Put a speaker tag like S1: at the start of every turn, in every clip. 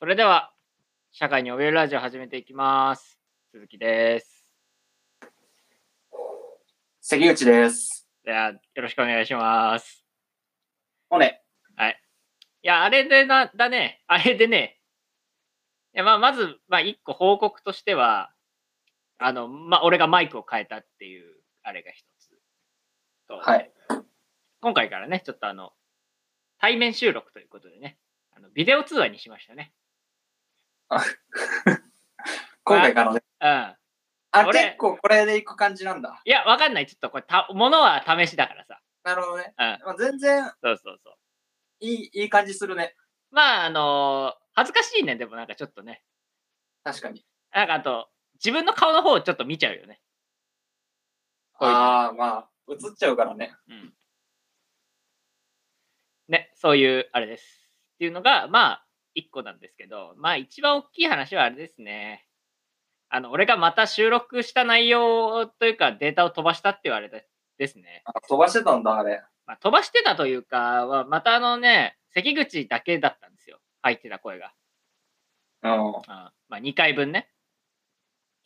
S1: それでは、社会におびえるラジオ始めていきます。鈴木です。
S2: 関口です。
S1: では、よろしくお願いします。
S2: おね。
S1: いや、あれでな、だね。あれでね。いや、まあ、まず、まあ、一個報告としては、あの、まあ、俺がマイクを変えたっていう、あれが一つ。と
S2: はい。
S1: 今回からね、ちょっとあの、対面収録ということでね、あのビデオ通話にしましたね。
S2: 今回からね。
S1: うん。
S2: あ、
S1: 俺
S2: 結構これでいく感じなんだ。
S1: いや、わかんない。ちょっとこれ、た、ものは試しだからさ。
S2: なるほどね。
S1: うん
S2: まあ、全然
S1: そうそうそう。
S2: いいいい感じするね。
S1: まあ、あの恥ずかしいね。でもなんかちょっとね。
S2: 確かに。
S1: なんかあと、自分の顔の方をちょっと見ちゃうよね。こういうの
S2: ああ、まあ、映っちゃうからね。
S1: うん。ね、そういう、あれです。っていうのが、まあ、一個なんですけど、まあ、一番大きい話はあれですね。あの、俺がまた収録した内容というか、データを飛ばしたって言われたですね。
S2: あ飛ばしてたんだ、あれ。
S1: まあ、飛ばしてたというか、はまたあのね、関口だけだったんですよ。入ってた声が。
S2: うん。
S1: うんまあ、2回分ね。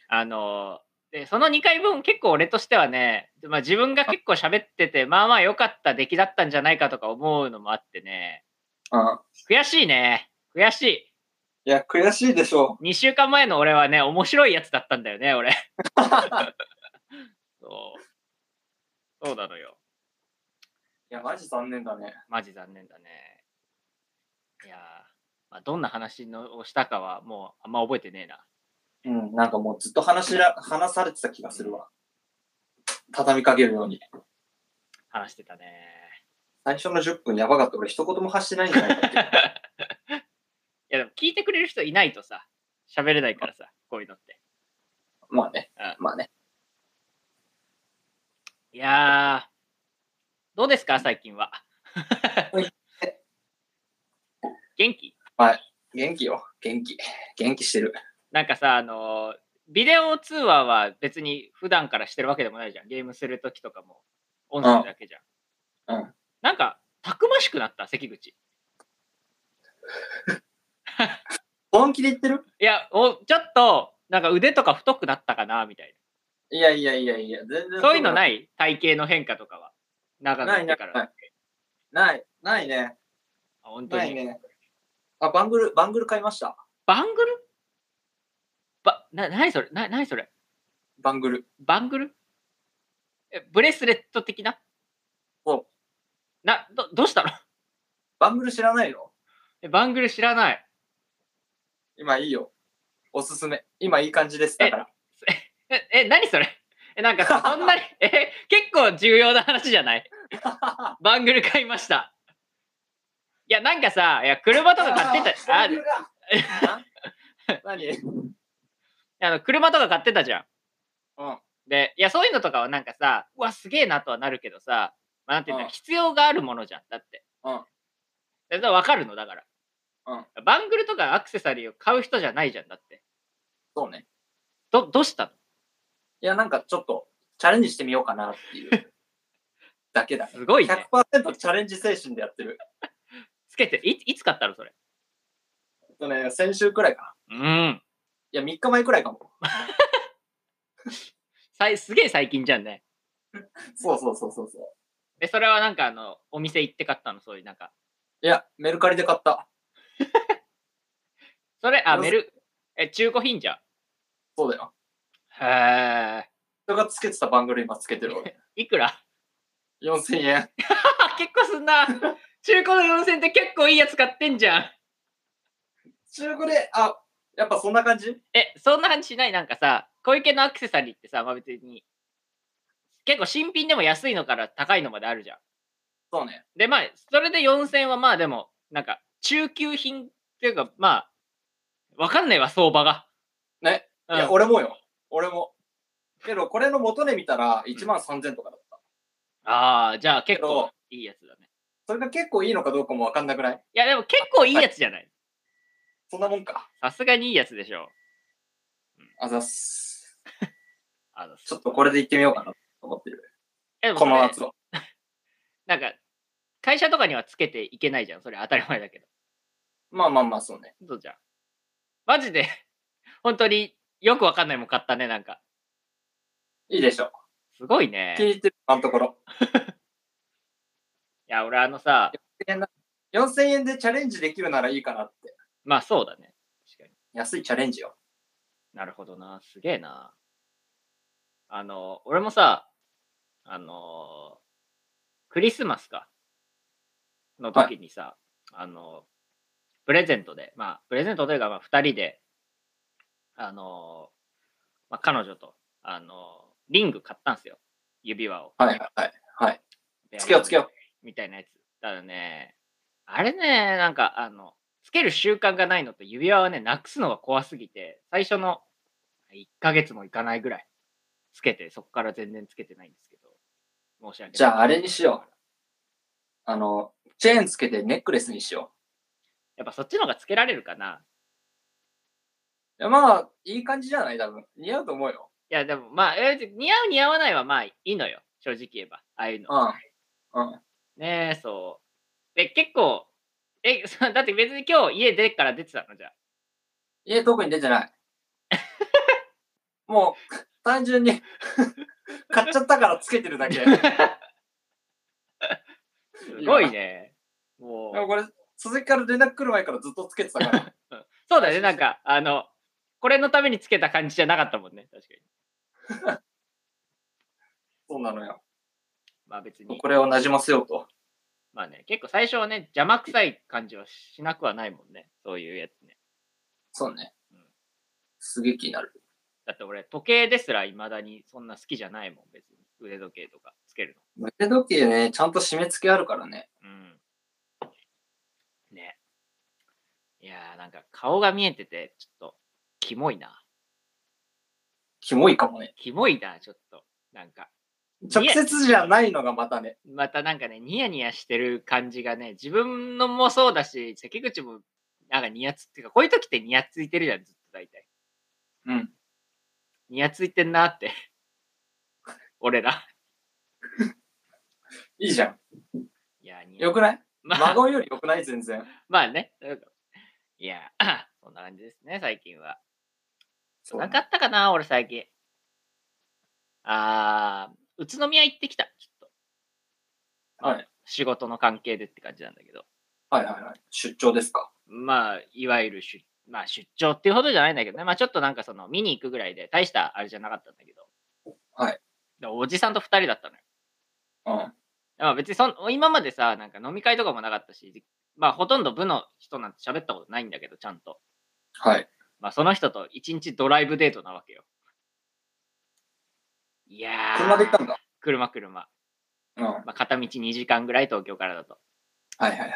S1: あのーで、その2回分結構俺としてはね、まあ、自分が結構喋ってて、まあまあ良かった出来だったんじゃないかとか思うのもあってね、
S2: うん。
S1: 悔しいね。悔し
S2: いや、悔しいでしょ
S1: い。2週間前の俺はね、面白いやつだったんだよね、俺。そう。そうなのよ。
S2: う。いや、マジ残念だね。
S1: マジ残念だね。いやー、まあ、どんな話のをしたかはもうあんま覚えてねえな。
S2: うん、なんかもうずっと話しら話されてた気がするわ。畳みかけるように。
S1: 話してたね。
S2: 最初の10分やばかった。俺一言も発してないんじゃないかって。
S1: いやでも聞いてくれる人いないとさ、喋れないからさ、こういうのって。
S2: まあね
S1: うん。
S2: まあね。
S1: いやー、どうですか、最近は。元気
S2: 元気よ。元気。元気してる。
S1: なんかさ、あのービデオ通話は別に普段からしてるわけでもないじゃん。ゲームするときとかも、音声だけじゃん。
S2: うんうん
S1: なんか、たくましくなった、関口。
S2: 本気で言ってる
S1: いや、おちょっと、なんか腕とか太くなったかな、みたい
S2: いやいやいやいや、全
S1: な。
S2: 然
S1: そういうの
S2: い
S1: ない体型の変化とかは。長くなっ
S2: ない
S1: て
S2: ない
S1: から。
S2: ない。ない、ないね。
S1: あ本当
S2: ない
S1: に。
S2: ね。あ、バングル、バングル買いました。
S1: バングルば、な、なにそれな、なにそれ
S2: バングル。
S1: バングルえ、ブレスレット的な
S2: そう
S1: な、ど、どうしたの
S2: バングル知らないの
S1: え、バングル知らない。
S2: 今いいよ。おすすめ。今いい感じです。だから。
S1: え、え、何それえ、なんかさそんなに、 え、結構重要な話じゃないバングル買いました。いや、なんかさ、いや、車とか買 ってた、
S2: バ
S1: あ
S2: ングルが。何
S1: あの、車とか買ってたじゃん。
S2: うん。
S1: で、いや、そういうのとかはなんかさ、うわ、すげえなとはなるけどさ、まあ、なんていうんだ、
S2: うん
S1: 必要があるものじゃん、だって。
S2: うん
S1: で。わかるの、だから。うん。バングルとかアクセサリーを買う人じゃないじゃん、だって。
S2: そうね。
S1: ど、どうしたの
S2: いや、なんかちょっとチャレンジしてみようかなっていう。だけ だ。
S1: すごいね。
S2: 100%チャレンジ精神でやってる。
S1: つけて、いいつ買ったの、それ。
S2: えっとね、先週くらいかな。
S1: うん。
S2: いや、3日前くらいかも。
S1: さいすげえ最近じゃんね。
S2: そうそうそうそうそう。
S1: で、それはなんかあの、お店行って買ったの、そういうなんか。
S2: いや、メルカリで買った。
S1: それ、あ、
S2: よし
S1: メル、え、中古品じゃん。
S2: そうだよ。
S1: へえ。
S2: 人がつけてたバングル今つけてるわけ。
S1: いくら
S2: 4000円。
S1: 結構すん な。中古の4000って結構いいやつ買ってんじゃん。
S2: 中古で、あ、やっぱそんな感じ
S1: え、そんな感じしないなんかさ、小池のアクセサリーってさ、まあ別に、結構新品でも安いのから高いのまであるじゃん。
S2: そうね。
S1: で、まあ、それで4000はまあでも、なんか、中級品っていうか、まあ、わかんないわ、相場が。
S2: ね。
S1: うん
S2: いや、俺もよ。俺も。けど、これの元値見たら1万3000とかだった。
S1: ああ、じゃあ結構いいやつだね。
S2: それが結構いいのかどうかもわかんなくない
S1: いや、でも結構いいやつじゃない
S2: そんなもんか。
S1: さすがにいいやつでしょ。
S2: あざっす。
S1: あの、
S2: ちょっとこれで行ってみようかなと思ってる。
S1: えでもそ
S2: こ
S1: れ
S2: の夏は。
S1: なんか、会社とかにはつけていけないじゃん。それ当たり前だけど。
S2: まあまあまあ、そうね。
S1: そうじゃん。マジで、 本当によくわかんないもん買ったね、なんか。
S2: いいでしょ。
S1: すごいうね。
S2: 気に
S1: い
S2: 入ってる、今のところ。
S1: や、俺あのさ、
S2: 4000円でチャレンジできるならいいかなって。
S1: まあそうだね。確かに。
S2: 安いチャレンジよ。
S1: なるほどな。すげえな。あの、俺もさ、あのクリスマスか。の時にさ、あのプレゼントで、まあ、プレゼントというか、まあ、二人で、あのまあ、彼女と、あのリング買ったんですよ。指輪を。
S2: はいはいはい。つけようつけよ
S1: みたいなやつ。ただね、あれね、なんかあの、つける習慣がないのと指輪はね、なくすのが怖すぎて、最初の1ヶ月もいかないぐらいつけて、そこから全然つけてないんですけど、申し訳ない。
S2: じゃああれにしよう。あの、チェーンつけてネックレスにしよ
S1: やっぱそっちの方がつけられるかな。
S2: う。いやまあ、いい感じじゃない多分。似合うと思うよ。
S1: いや、でもまあ、え似合う似合わないはまあいいのよ。正直言えば。ああいうの。
S2: うん。うん。
S1: ねえ、そう。で、結構、え、そうだって別に今日家出から出てたのじゃあ
S2: 家特に出 てない。もう、単 純に、買っちゃったからつけてるだけ。
S1: すごいね。もう。
S2: でもこれ、鈴木から連絡来る前からずっとつけてた から。
S1: そうだね、なんか、あの、これのためにつけた感じじゃなかったもんね、確かに。
S2: そうなのよ。
S1: まあ別に、
S2: これをなじませようと。
S1: まあね、結構最初はね、邪魔くさい感じはしなくはないもんね、そういうやつね。
S2: そうね
S1: うん。
S2: すげえ気になる。
S1: だって俺、時計ですら未だにそんな好きじゃないもん、別に。腕時計とかつける
S2: 腕時計ね、ちゃんと締め付けあるからね。
S1: の。うん。ね。いやー、なんか顔が見えてて、ちょっと、キモいな。
S2: キモいかもね。
S1: キモいな、ちょっと。なんか、
S2: 直接じゃないのがまたね。
S1: またなんかね、ニヤニヤしてる感じがね、自分のもそうだし、関口もなんかニヤつっていうか、こういう時ってニヤついてるじゃん、ずっと大体。
S2: うん。
S1: ニヤついてんなって。 俺ら。
S2: いいじゃ
S1: いや、ニ
S2: ん。
S1: ヤ
S2: よくない
S1: まあ、
S2: 孫よりよくない全然。
S1: まあね。そういうこといや、 そんな感じですね、最近は。
S2: そう
S1: なかったかな、俺最近。あー、宇都宮行ってきた。ちょっと
S2: はい。
S1: 仕事の関係でって感じなんだけど。
S2: はいはいはい。出張ですか。
S1: まあ、いわゆる出,、まあ、出張っていうほどじゃないんだけどね、まあ、ちょっとなんかその見に行くぐらいで、大したあれじゃなかったんだけど、
S2: はい
S1: で。おじさんと2人だったのよ。
S2: うん。
S1: まあ、別にそん今までさ、なんか飲み会とかもなかったし、まあ、ほとんど部の人なんて喋ったことないんだけど、ちゃんと。
S2: はい。
S1: まあ、その人と1日ドライブデートなわけよ。いやー、
S2: 車で行ったんだ。
S1: 車、車。
S2: うん。はい
S1: まあ、片道2時間ぐらい東京からだと。
S2: はいはい。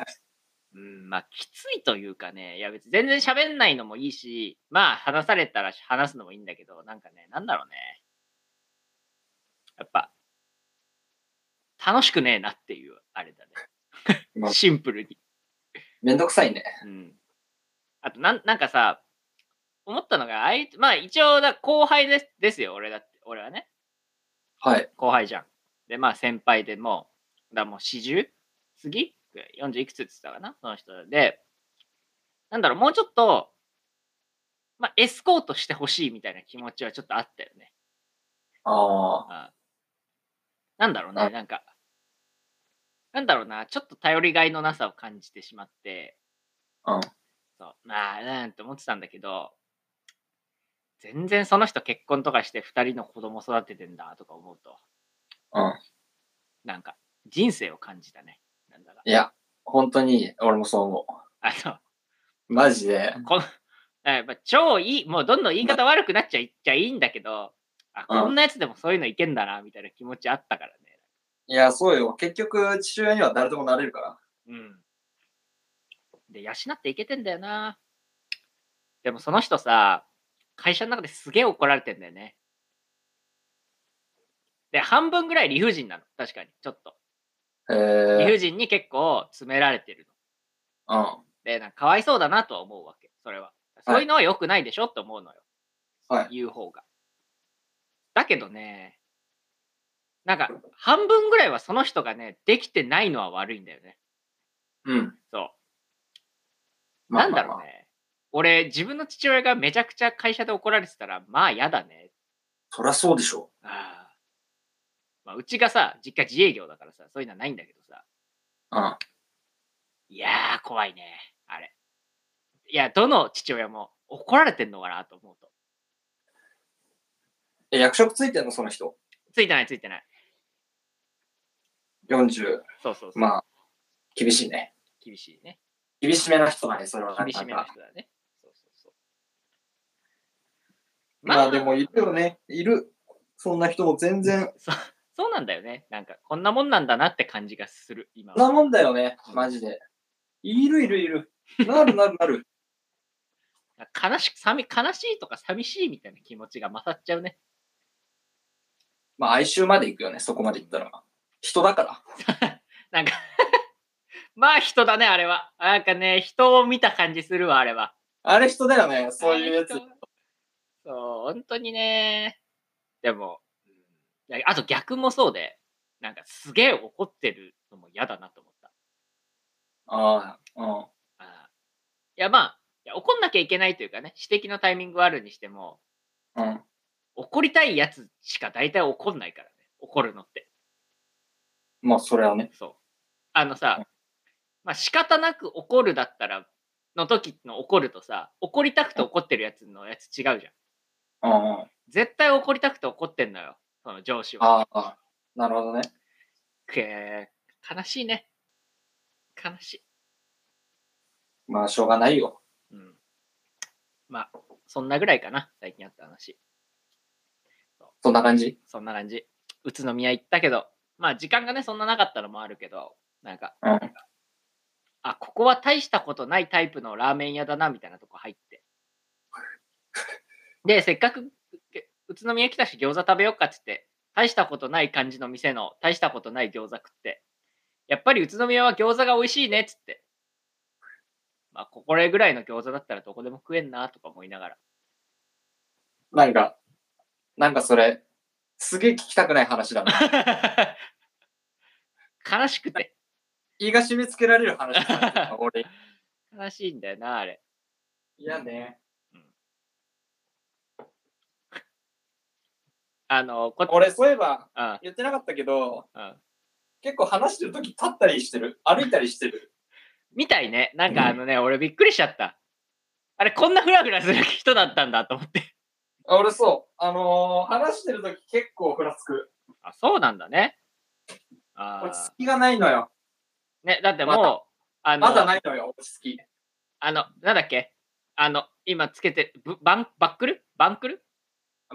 S1: うん、まあ、きついというかね、いや別に全然喋んないのもいいし、まあ、話されたら話すのもいいんだけど、なんかね、なんだろうね。やっぱ、楽しくねえなっていう、あれだ
S2: まあ
S1: ね。 シンプルに。
S2: めんどくさいね。
S1: うん。あと、なんなんかさ、思ったのが、あいまあ、一応だ、後輩ですですよ、俺だって、俺はね。
S2: はい。
S1: 後輩じゃん。で、まあ先輩でもう、だからもう 40? 過ぎ ?40 いくつって言ってたかなその人で、なんだろう、もうちょっと、まあエスコートしてほしいみたいな気持ちはちょっとあったよね。
S2: ああ。
S1: あなんだろうね、
S2: あ
S1: なんか、なんだろうな、ちょっと頼りがいのなさを感じてしまって、
S2: うん
S1: そう、まあ、なんて思ってたんだけど、全然その人結婚とかして2人の子供育ててんだとか思うと、
S2: うん。
S1: なんか、人生を感じたね。なんだか。
S2: いや、本当に、俺もそう思
S1: あの、
S2: う。マジで。
S1: この、やっぱ超いい、もうどんどん言い方悪くなっちゃいっちゃいいんだけど、あ、
S2: うん
S1: こんなやつでもそういうのいけんだな、みたいな気持ちあったからね。
S2: いや、そうよ。結局、父親には誰でもなれるから。
S1: うん。で、養っていけてんだよな。でもその人さ、会社の中ですげえ怒られてんだよね。で、半分ぐらい理不尽なの。確かに、ちょっと。理
S2: へえ。
S1: 不尽に結構詰められてるの。
S2: うん。
S1: で、なんかかわいそうだなとは思うわけ、それは。そういうのは良くないでしょって思うのよ、
S2: はい
S1: 言う方が。だけどね、なんか半分ぐらいはその人がね、できてないのは悪いんだよね。
S2: うん。
S1: そう。
S2: まあ
S1: なんだろうね。俺、自分の父親がめちゃくちゃ会社で怒られてたら、まあ嫌だね。
S2: そりゃそうでしょ。
S1: あーまあ、うちがさ、実家自営業だからさ、そういうのはないんだけどさ。
S2: うん。
S1: いやー、怖いね。あれ。いや、どの父親も怒られてんのかなと思うと。
S2: え、役職ついてんのその人。
S1: ついてない、ついてない。
S2: 40。
S1: そうそうそう。
S2: まあ、厳しいね。
S1: 厳しいね。
S2: 厳しめな人だね、それはな
S1: 厳し
S2: ん
S1: めの
S2: か。
S1: 人だね。そうそうそう。
S2: まあでもいるよね。いる。そんな人も全然。
S1: そうなんだよね。なんか、こんなもんなんだなって感じがする、今
S2: そんな
S1: は。
S2: もんだよね、マジで。いるいるいる。なるなるなる。
S1: 悲しく、寂悲しいとか寂しいみたいな気持ちが勝っちゃうね。
S2: まあ哀愁まで行くよね、そこまで行ったら。人だから。
S1: なんか、まあ人だね、あれは。なんかね、人を見た感じするわ、あれは。
S2: あれ人だよね、そういうやつ
S1: あ。人そう、本当にね。でも、いやあと逆もそうで、なんかすげえ怒ってるのも嫌だなと思った。
S2: ああ、うん。
S1: あーいや、まあ、いや怒んなきゃいけないというかね、指摘のタイミングはあるにしても、
S2: うん。
S1: 怒りたいやつしか大体怒んないからね。怒るのって。
S2: まあ、それはね。
S1: そう。あのさ
S2: う、
S1: まあ仕方なく怒るだったら、の時の怒るとさ、怒りたくて怒ってるやつのやつ違うじゃん。
S2: うんうん。
S1: 絶対怒りたくて怒ってんのよ。その上司は。
S2: ああ、なるほどね。
S1: くえー悲しいね。悲し
S2: まあ、しょうがないよ。
S1: い。うん。まあ、そんなぐらいかな。最近あった話。
S2: そんな感じ。
S1: そんな感じ。宇都宮行ったけど、まあ時間がね、そんななかったのもあるけど、なんか、
S2: うん
S1: あ、ここは大したことないタイプのラーメン屋だな、みたいなとこ入って。で、せっかくえ宇都宮来たし餃子食べようかっつって、大したことない感じの店の大したことない餃子食って、やっぱり宇都宮は餃子が美味しいねっつって。まあ、ここれぐらいの餃子だったらどこでも食えんなとか思いながら。
S2: なんか、なんかそれ、すげえ聞きたくない話だ な。
S1: 悲しくて。
S2: 胃が締め付けられる話だな。俺。
S1: 悲しいんだよな、あれ。
S2: いやね。
S1: あの、こっち、
S2: 俺、そういえば、
S1: うん、
S2: 言ってなかったけど、
S1: うん。
S2: 結構話してる時立ったりしてる。歩いたりしてる。
S1: みたいね。なんかあのね、俺びっくりしちゃった。あれ、こんなフラフラする人だったんだと思って。
S2: あ俺そう。あのー、話してる時結構ふらつく。
S1: あ、そうなんだね。あ
S2: 落ち
S1: あ。
S2: 着きがないのよ。
S1: ね、だって
S2: ま
S1: もう、あの、
S2: まだないのよ、落ち着き。
S1: あの、なんだっけあの、今つけて、ぶバン、バックルバンクル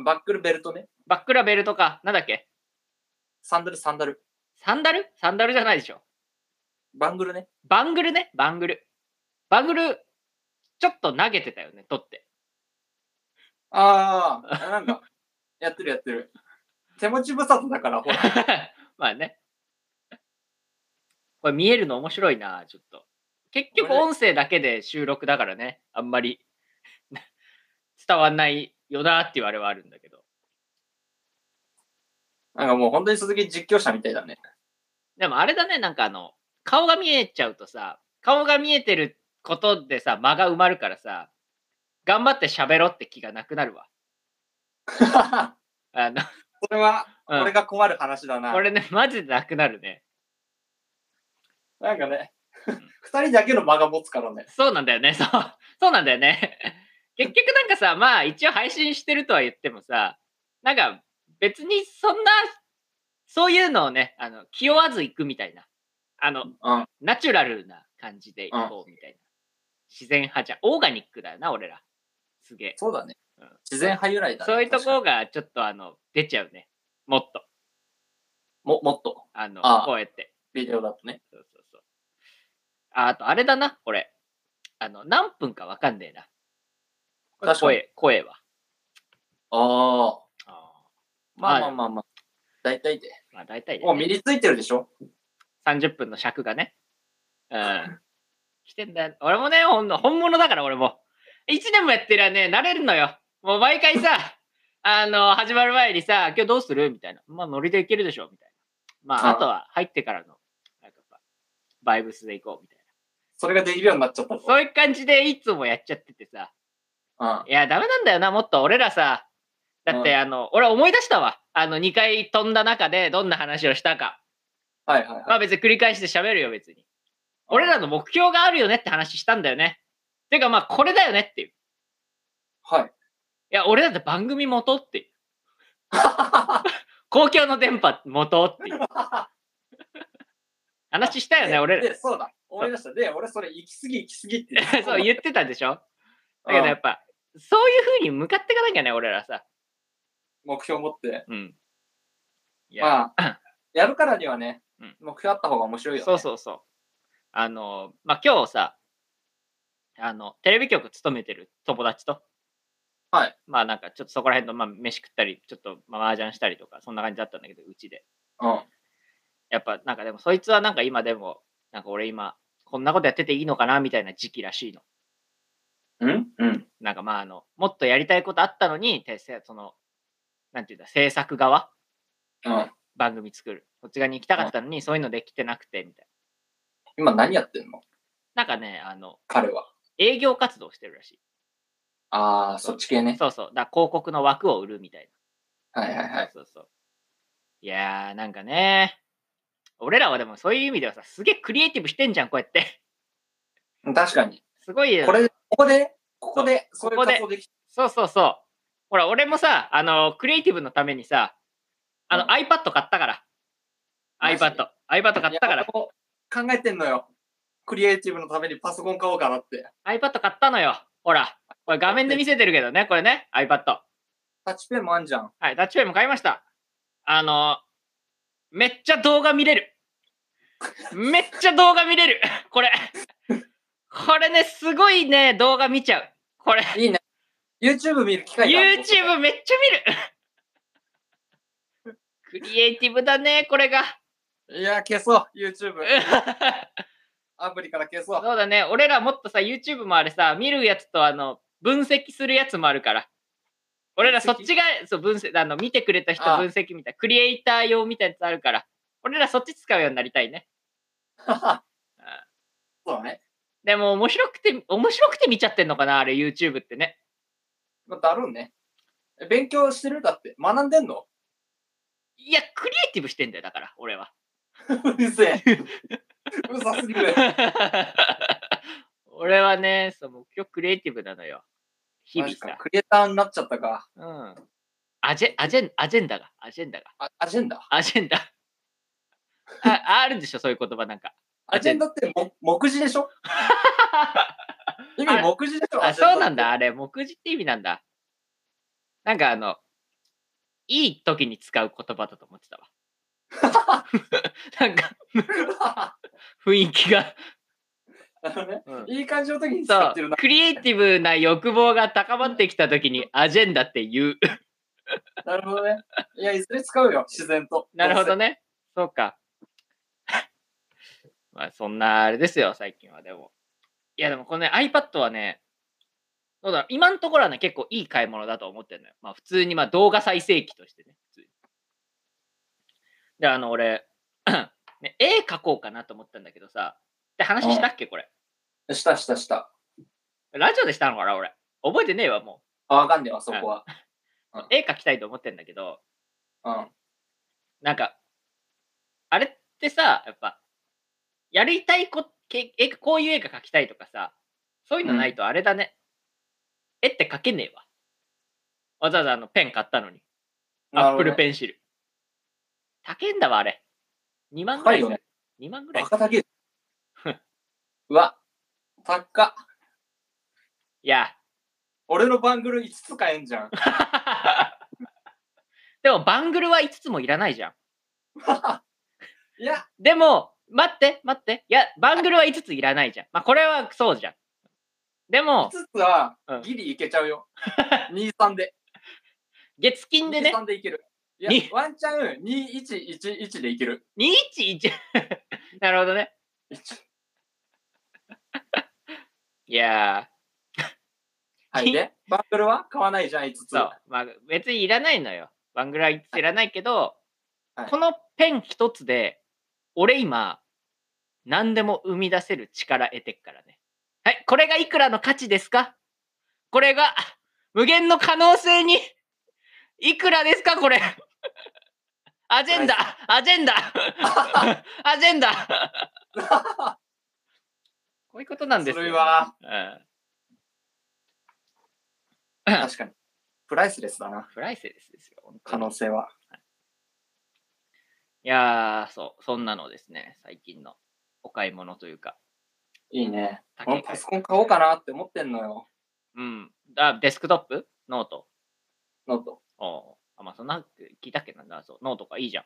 S2: バックルベルトね。
S1: バックラベルとか、なんだっけ
S2: サンダル、サンダル。
S1: サンダルサンダルじゃないでしょ。
S2: バングルね。
S1: バングルね、バングル。バングル、ちょっと投げてたよね、取って。
S2: ああ、なんか、 やってるやってる。手持ち無沙汰だから、ほら。
S1: まあね。これ見えるの面白いな、ちょっと。結局音声だけで収録だからね、あんまり 伝わんないよなって言われはあるんだけど。
S2: なんかもう本当に鈴木実況者みたいだね。
S1: でもあれだね、なんかあの、顔が見えちゃうとさ、顔が見えてることでさ、間が埋まるからさ、頑張って喋ろうって気がなくなるわ。
S2: そ
S1: あの、
S2: れは、
S1: うん
S2: 俺が困る話だな。
S1: これね、マジでなくなるね。
S2: なんかね、二人だけの間が持つからね。
S1: そうなんだよね。そう。 そうなんだよね。 結局なんかさ、まあ一応配信してるとは言ってもさ、なんか別にそんな、そういうのをね、あの、気負わず行くみたいな。あの、
S2: うん。
S1: ナチュラルな感じで行こうみたいな。自然派じゃん、オーガニックだよな、俺ら。すげえ。
S2: そうだね
S1: うん。
S2: 自然派由来だね。
S1: そういうと
S2: 確か
S1: こがちょっとあの、出ちゃうね。もっと。
S2: にも、もっと、
S1: あの、
S2: ああ
S1: こうやって。
S2: ビデオだとね。
S1: そうそうそう。ああと、あれだな、これ。あの、何分かわかんねえな。これ
S2: 確かに
S1: 声、声は。
S2: ああ。ま
S1: は
S2: あまあ
S1: い
S2: まあまあ。大体で。
S1: まあ大体で、
S2: もう身
S1: ね、
S2: についてるでしょ
S1: 30分の尺がね。うん。来てんだよ。俺もね、ほんの本物だから俺も。1年もやってりゃね、慣れるのよ。もう毎回さ、 あの、始まる前にさ、今日どうするみたいな。まあノリでいけるでしょみたいな。まあ
S2: あ
S1: あとは入ってからの、なんかやっぱバイブスでいこうみたい
S2: それができるようになっちゃったと。
S1: そういう感じでいつもやっちゃっててさ。
S2: うん。
S1: いや、ダメなんだよな、もっと俺らさ。だって、
S2: う
S1: あの、俺思い出したわ。あの、2回飛んだ中でどんな話をしたか。
S2: はいはいはい。
S1: まあ別に繰り返して喋るよ、別に。俺らの目標があるよねって話したんだよね。てかまあ、これだよねっていう。い
S2: はい。
S1: や、俺だって番組元っていう。公共の電波元っていう。話したよね、俺ら。
S2: で、そうだ。思い出した。で、俺それ行き過ぎ行き過ぎって言った。
S1: そう言ってたでしょ。 だけ
S2: う
S1: ど
S2: ん
S1: やっぱ、そういう風に向かっていかなきゃね、俺らさ。
S2: 目標を持って。
S1: うん。いや、
S2: ま あ、やるからにはね
S1: うん、
S2: 目標あった方が面白いよね。
S1: そうそうそう。あの、まあ今日さ、あの、テレビ局勤めてる友達と、
S2: はい。
S1: まあなんかちょっとそこら辺の、まあ飯食ったり、ちょっとまあ麻雀したりとか、そんな感じだったんだけど、うちで。
S2: うん。
S1: やっぱなんかでもそいつはなんか今でも、なんか俺今、こんなことやってていいのかなみたいな時期らしいの。
S2: うんうん。
S1: なんかまああの、もっとやりたいことあったのに、てせその、なんていうんだ、制作側、
S2: うん。
S1: 番組作る。こっち側に行きたかったのに、そういうのできてなくて、みたい
S2: 今何やってんの
S1: な。なんかね、あの、
S2: 彼は。
S1: 営業活動してるらしい。
S2: ああ、そっち系ね。
S1: そうそう。だから広告の枠を売るみたい
S2: はいはい
S1: な。
S2: はい。
S1: そうそうそう。いやー、なんかね、俺らはでもそういう意味ではさ、すげえクリエイティブしてんじゃん、こうやって。
S2: 確かに。
S1: すごいよ
S2: これ、ここで、ここで、
S1: そ
S2: そうういう活動でき
S1: そうそうそう。ほら、俺もさ、あの、クリエイティブのためにさ、あの、
S2: うん
S1: iPad 買ったから。
S2: マジで
S1: iPad。iPad 買ったか
S2: いや
S1: ら。
S2: こう考えてんのよ。クリエイティブのためにパソコン買おうかなって。
S1: iPad 買ったのよ。ほら。これ画面で見せてるけどね、これね、iPad。
S2: タッチペンもあんじゃん。
S1: はい、タッチペンも買いました。あの、めっちゃ動画見れる。めっちゃ動画見れる。これ。これね、すごいね、動画見ちゃう。これ。
S2: いいね。YouTube 見る機会だ。
S1: YouTube めっちゃ見る。クリエイティブだね、これが。
S2: いや、消そう。YouTube。アプリから消そう。
S1: そうだね、俺らもっとさ、YouTube もあれさ、見るやつとあの分析するやつもあるから。俺らそ
S2: 分
S1: っ
S2: 析
S1: ちがそう分析あの見てくれた人
S2: ああ
S1: 分析みたいな、クリエイター用みたいなやつあるから、俺らそっち使うようになりたいね。
S2: そうだね。
S1: でも面白くて、面白くて見ちゃってんのかな、あれ YouTube ってね。
S2: まあ、だろうね。勉強してるだって。学んでんの
S1: いや、クリエイティブしてんだよ、だから、俺 は。
S2: うるせえ。 うるさすぎる。
S1: 俺はね、そう目標クリエイティブなのよ。日々
S2: マジか
S1: さ。
S2: クリエイターになっちゃったか。
S1: うん。アジェ、アジェン、アジェンダが、アジェンダが。
S2: あアジェンダ。
S1: アジェンダ。ああるでしょ、そういう言葉なんか。
S2: アジェンダっても目次 でしょ意味目次でしょ
S1: あ、
S2: アジェンダっ
S1: そ
S2: て
S1: う なんだ、あれ、目次って意味なんだ。なんかあの、いい時に使う言葉だと思ってたわ。 なんか、雰囲気が。
S2: あのね
S1: うん
S2: いい感じの時に使
S1: そ
S2: ってる
S1: う、
S2: な。
S1: クリエイティブな欲望が高まってきた時に、アジェンダって言う。
S2: なるほどね。いや、いずれ使うよ、自然と。
S1: なるほど
S2: う
S1: ね。そうか。 まあ、そんなあれですよ、最近はでも。いや、でもこのね、iPad はね、どうだろう今のところはね、結構いい買い物だと思ってるのよ。まあ、普通にまあ動画再生機としてね。普通にで、あの、俺、 ね、絵描こうかなと思ったんだけどさ、って話したっけ、これ。
S2: せしたしたした。
S1: ラジオでしたのかな、俺。覚えてねえわ、も
S2: あわかんねえわ、そこは。
S1: う。絵描きたいと思ってんだけど、
S2: うん。
S1: なんか、あれってさ、やっぱ、やりたいこ、けえこういう絵が描きたいとかさ、そういうのないとあれだね。絵って描けねえわ。わざわざあのペン買ったのに。アップル
S2: ン。
S1: ペンシル。高えんだわ、あれ。2万ぐ
S2: 高
S1: らい
S2: い
S1: す
S2: よ
S1: る
S2: ね。。
S1: 2万ぐらい
S2: バ
S1: する。
S2: カだけ。うわ、高っ。
S1: いや。
S2: 俺のバングル5つ買えんじゃ ん。
S1: でも、バングルは5つもいらないじゃん。
S2: いや、
S1: でも、待って、待って。いや、バングルは5ついらないじゃん。まあ、これはそうじゃん。で
S2: 5
S1: も、
S2: つは
S1: うん
S2: ギリいけちゃ うよ。23で。
S1: 月金でね、
S2: 23でいける。いや
S1: に、
S2: ワンチャン2111でいける。
S1: 211 なるほどね。いや
S2: はいで、バングルは買わないじゃん、5
S1: ー、
S2: つ。
S1: そう。まあ、別にいらないのよ。バングラいついらないけど、
S2: はい
S1: このペン一つで、俺今、何でも生み出せる力得てっからね。はい、これがいくらの価値ですかこれが無限の可能性にいくらですかこれ。アジェンダ、アジェ ンダ、アジェンダ。 こういうことなんですよ
S2: それは、
S1: うん。
S2: 確かに。プライスレスだな、
S1: プライスレスですよ。本当
S2: 可
S1: に
S2: 能性は。
S1: いやー、そう、そんなのですね、最近のお買い物というか。
S2: いいね。
S1: 高
S2: 俺
S1: い
S2: パソコン買おうかなって思ってんのよ。
S1: うん。あ、デスクトップノート。
S2: ノート。
S1: おうあ、まあ、そんな、聞いたっけなんだ、そう。ノートか、いいじゃん。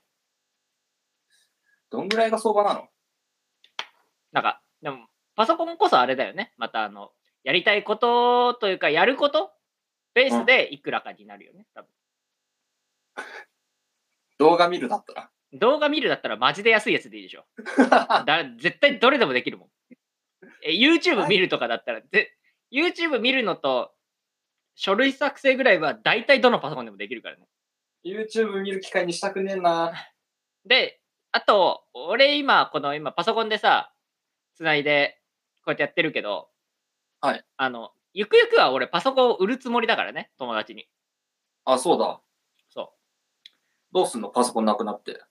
S2: どんぐらいが相場なの
S1: なんか、でも、パソコンこそあれだよね。また、あの、やりたいことというか、やることベースでいくらかになるよね、多分。
S2: 動画見るだったら。
S1: 動画見るだったらマジで安いやつでいいでしょ。だ絶対どれでもできるもん。え、YouTube 見るとかだったら、ぜ YouTube 見るのと、書類作成ぐらいは大体どのパソコンでもできるからね。
S2: YouTube 見る機会にしたくねえな。
S1: で、あと、俺今、この今パソコンでさ、つないで、こうやってやってるけど、
S2: はい。
S1: あの、ゆくゆくは俺パソコンを売るつもりだからね、友達に。
S2: あ、そうだ。
S1: そう。
S2: どうすんのパソコンなくなって。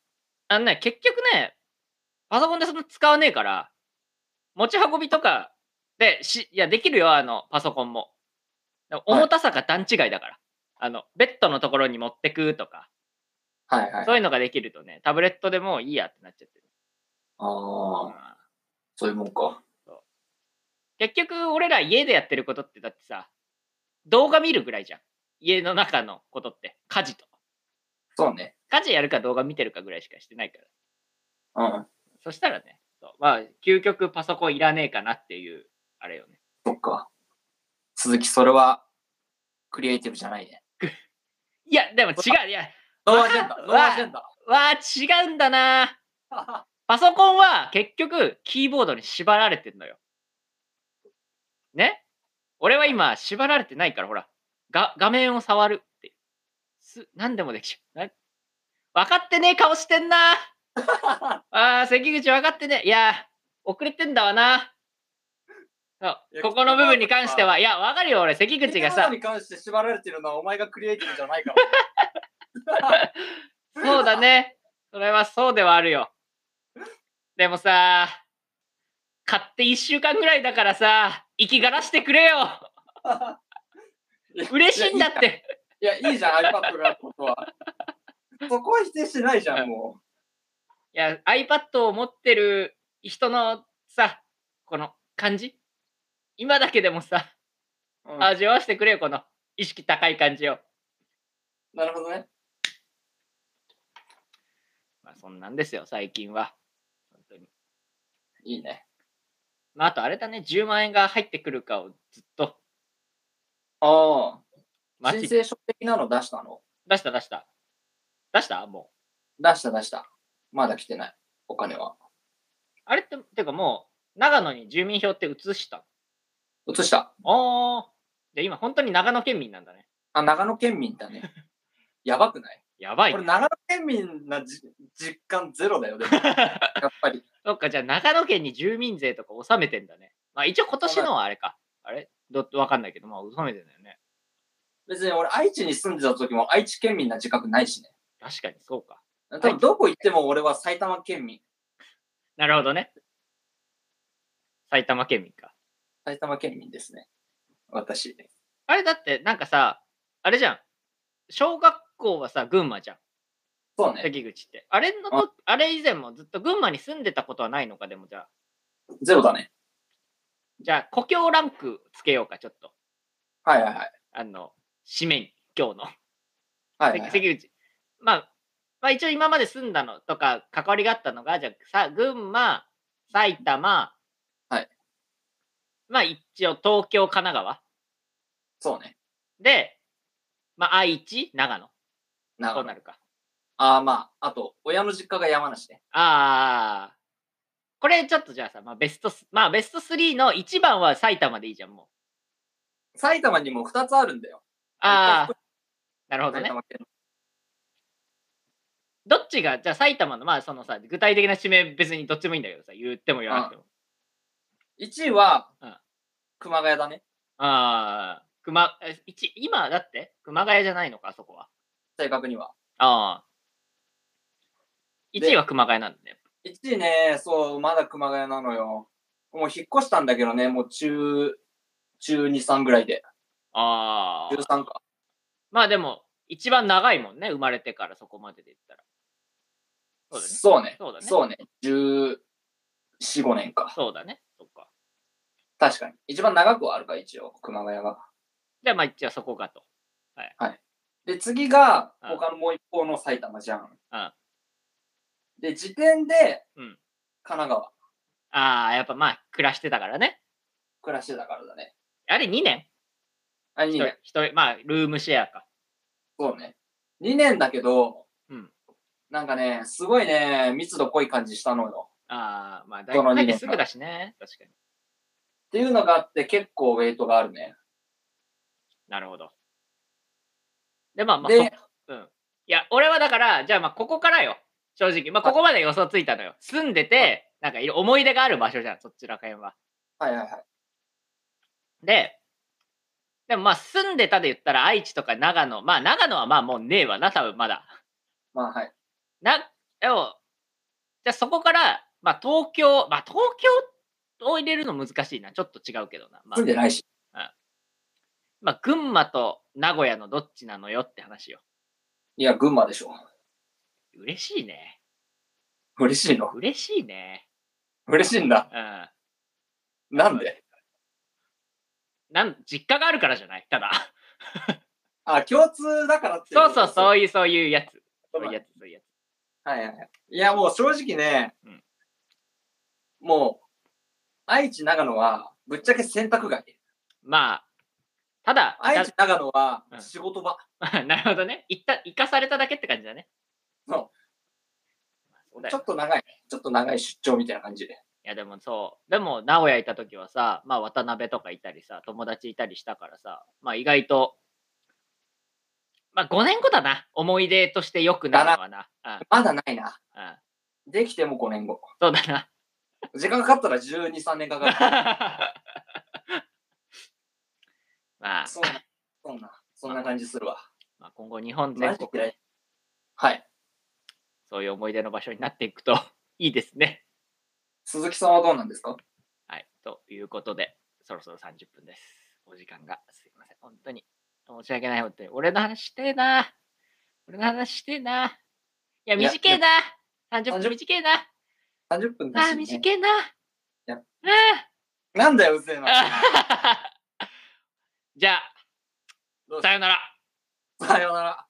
S1: あのね、結局ね、パソコンでそんな使わねえから、持ち運びとかで、し、いや、できるよ、あの、パソコンも。でも
S2: はい
S1: 重たさが段違いだから。あの、ベッドのところに持ってくとか、
S2: はいはい。
S1: そういうのができるとね、タブレットでもういいやってなっちゃってる。
S2: ああ、
S1: うん
S2: そういうもんか。
S1: 結局俺ら家でやってることってだってさ動画見るぐらいじゃん家の中のことって家事と
S2: そうね。
S1: 家事やるか動画見てるかぐらいしかしてないから
S2: うん。
S1: そしたらねそうまあ究極パソコンいらねえかなっていうあれよね
S2: そっか。鈴木、それは、クリエイティブじゃないね。
S1: いやでも違ういや
S2: ノーアジェンダ。
S1: わ
S2: ノーアジェンダ。
S1: わあ違うんだな パソコンは結局キーボードに縛られてんのよね俺は今縛られてないからほらが画面を触るってす何でもできちゃうな分かってねえ顔してんなあー、関口分かってね。いやー、遅れてんだわな。
S2: い
S1: そう
S2: や
S1: ここの部分に関しては、いや、分かるよ、俺、関口がさ、
S2: に関して縛られてるのはお前がクリエイティブじゃないから。
S1: そうだね。それはそうではあるよ。でもさ、買って1週間ぐらいだからさ、生きがらしてくれよ。 嬉しいんだって。
S2: いや、いいじゃん、iPad があることは。そこは否定しないじゃん、も
S1: いや、iPad を持ってる人のさ、この感じ今だけでもさ、
S2: う。うん
S1: 味わわせてくれよ、この意識高い感じを。
S2: なるほどね。
S1: まあ、そんなんですよ、最近は。本当に。
S2: いいね。
S1: まあ、あとあれだね、10万円が入ってくるかをずっと
S2: ああ、
S1: 待
S2: 申
S1: ち、
S2: 請書的なの出したの
S1: 出した出した。出したもう。
S2: 出した出した。まだ来てない。お金は。
S1: あれって、てかもう、長野に住民票って移した
S2: 移した。
S1: の。ああ。じゃあ今、本当に長野県民なんだね。
S2: あ、長野県民 だね。やばくない
S1: やばい
S2: こ
S1: ね、
S2: れ長野県民なじ実感ゼロだよ、 でも。やっぱり。
S1: そっか、じゃあ長野県に住民税とか納めてんだね。まあ一応今年のはあれか。あれどっわかんないけど、まあ納めてんだよね。
S2: 別に俺、愛知に住んでた時も愛知県民な自覚ないしね。
S1: 確かにそうか。
S2: 多分どこ行っても俺は埼玉県民。
S1: なるほどね。埼玉県民か。
S2: 埼玉県民ですね。私。
S1: あれだって、なんかさ、あれじゃん。小学校はさ、群馬じゃん。
S2: そうね。
S1: 関口って。あれのと、あれ以前もずっと群馬に住んでたことはないのか、でもじゃあ。
S2: ゼロだね。
S1: じゃあ、故郷ランクつけようか、ちょっと。
S2: はいはいはい。
S1: あの、締めに、今日の。
S2: はい
S1: 関
S2: はい、はい。
S1: 関口。まあ、まあ一応今まで住んだのとか、関わりがあったのが、じゃあ、さ、群馬、埼玉、
S2: はい。
S1: まあ一応東京、神奈川。
S2: そうね。
S1: で、まあ愛知、長野。
S2: 長
S1: こう
S2: 野
S1: な。るか。
S2: ああ、まあ、あと、親の実家が山梨ね。
S1: ああ。これちょっとじゃあさ、まあベストス、まあベスト3の1番は埼玉でいいじゃん、もう。
S2: 埼玉にも2つあるんだよ。
S1: ああ
S2: 一回福、
S1: なるほど
S2: 埼
S1: ね。
S2: 玉県
S1: どっちが、じゃあ埼玉の、まあそのさ、具体的な地名別にどっちもいいんだけどさ、言っても言わなくても。
S2: 1位は
S1: うん、
S2: 熊谷だね。
S1: ああ、熊、え一今だって熊谷じゃないのか、あそこは。
S2: 正確には。
S1: ああ。
S2: で
S1: 1位は熊谷なんだね。
S2: 1位ね、そう、まだ熊谷なのよ。もう引っ越したんだけどね、もう中、中2、3ぐらいで。
S1: ああ。
S2: 13か。
S1: まあでも、一番長いもんね、生まれてからそこまでで言ったら。そうだね。そ
S2: そうね。
S1: うだね
S2: そうね。14、5年か。
S1: そうだね。そっか。
S2: 確かに。一番長くはあるか、一応、熊谷が。
S1: じゃあまあ一応そこかと。
S2: で、次が、
S1: うん
S2: 他のもう一方の埼玉じゃん。
S1: うん
S2: で、時点で、
S1: うん
S2: 神奈川、
S1: ああ、やっぱまあ暮らしてたからね。
S2: 暮らしてたからだね。
S1: あれ2年
S2: あ、
S1: ?1
S2: 2年。
S1: 人、一人まあルームシェアか。
S2: そうね。2年だけど、
S1: うん
S2: なんかね、すごいね、密度濃い感じしたのよ。
S1: ああ、まあ大
S2: どの
S1: 学
S2: 二
S1: 入っ
S2: 年
S1: てすぐだしね。確かに。
S2: っていうのがあって、結構ウェイトがあるね。
S1: なるほど。で、まあまあ、
S2: で、
S1: そうん。いや、俺はだから、じゃあまあここからよ。正直。まあここまで予想ついたのよ。住んでて、なんかいろ思い出がある場所じゃん、そっちら辺は。
S2: はいはいはい。
S1: で、でもまあ住んでたで言ったら愛知とか長野、まあ長野はまあもうねえわな、多分まだ。
S2: まあはい。
S1: な、でも、じゃあそこから、まあ東京、まあ東京を入れるの難しいな、ちょっと違うけどな。まあ
S2: 住ん、でないし。
S1: まあ群馬と名古屋のどっちなのよって話よ。
S2: いや、群馬でしょ。
S1: 嬉しいね。
S2: 嬉しいの。
S1: 嬉しいね。
S2: 嬉しいんだ。
S1: うん。
S2: なんで
S1: なん、実家があるからじゃないただ。
S2: あ、共通だからってい
S1: そうそう、
S2: う
S1: そういう、そういうやつ。そ
S2: こと
S1: ういう
S2: だね
S1: やつ、そういうやつ。
S2: はいはいはい。いや、もう正直ね、
S1: うん
S2: もう、愛知、長野は、ぶっちゃけ選択外。
S1: まあ、ただ、
S2: 愛知、長野は
S1: う、ん
S2: 仕事場。
S1: なるほどね。行った、行かされただけって感じだね。。
S2: そう
S1: そうだ
S2: ちょ
S1: よ。
S2: っと長い。ちょっと長い出張みたいな感じで。
S1: いやでもそう。でも、名古屋行った時はさ、まあ渡辺とかいたりさ、友達いたりしたからさ、まあ意外と、まあ5年後だな。思い出として良くなるのはな。うん、
S2: まだないな。
S1: うん。
S2: できても5年後。
S1: そうだな。
S2: 時間かかったら12、3年 かかる。
S1: まあ、
S2: そうな、そんな、そんな感じするわ。
S1: まあ今後日本
S2: マ
S1: 全
S2: ジ
S1: 国、
S2: で。はい。
S1: そういう思い出の場所になっていくと いいですね。
S2: 鈴木さんはどうなんですか
S1: はい。ということで、そろそろ30分です。お時間がすいません。本当に。申し訳ない。本当に。俺の話してえな。俺の話してえな。いや、
S2: いや
S1: 短えな。30
S2: 30
S1: 分短えな。
S2: ?30 分
S1: あ
S2: だ
S1: あ、
S2: し、ね。
S1: 短えな。
S2: や
S1: あ
S2: なんだよ、うぜえ
S1: あ
S2: な。
S1: じゃあ、
S2: どうし
S1: さようなら。
S2: さようなら。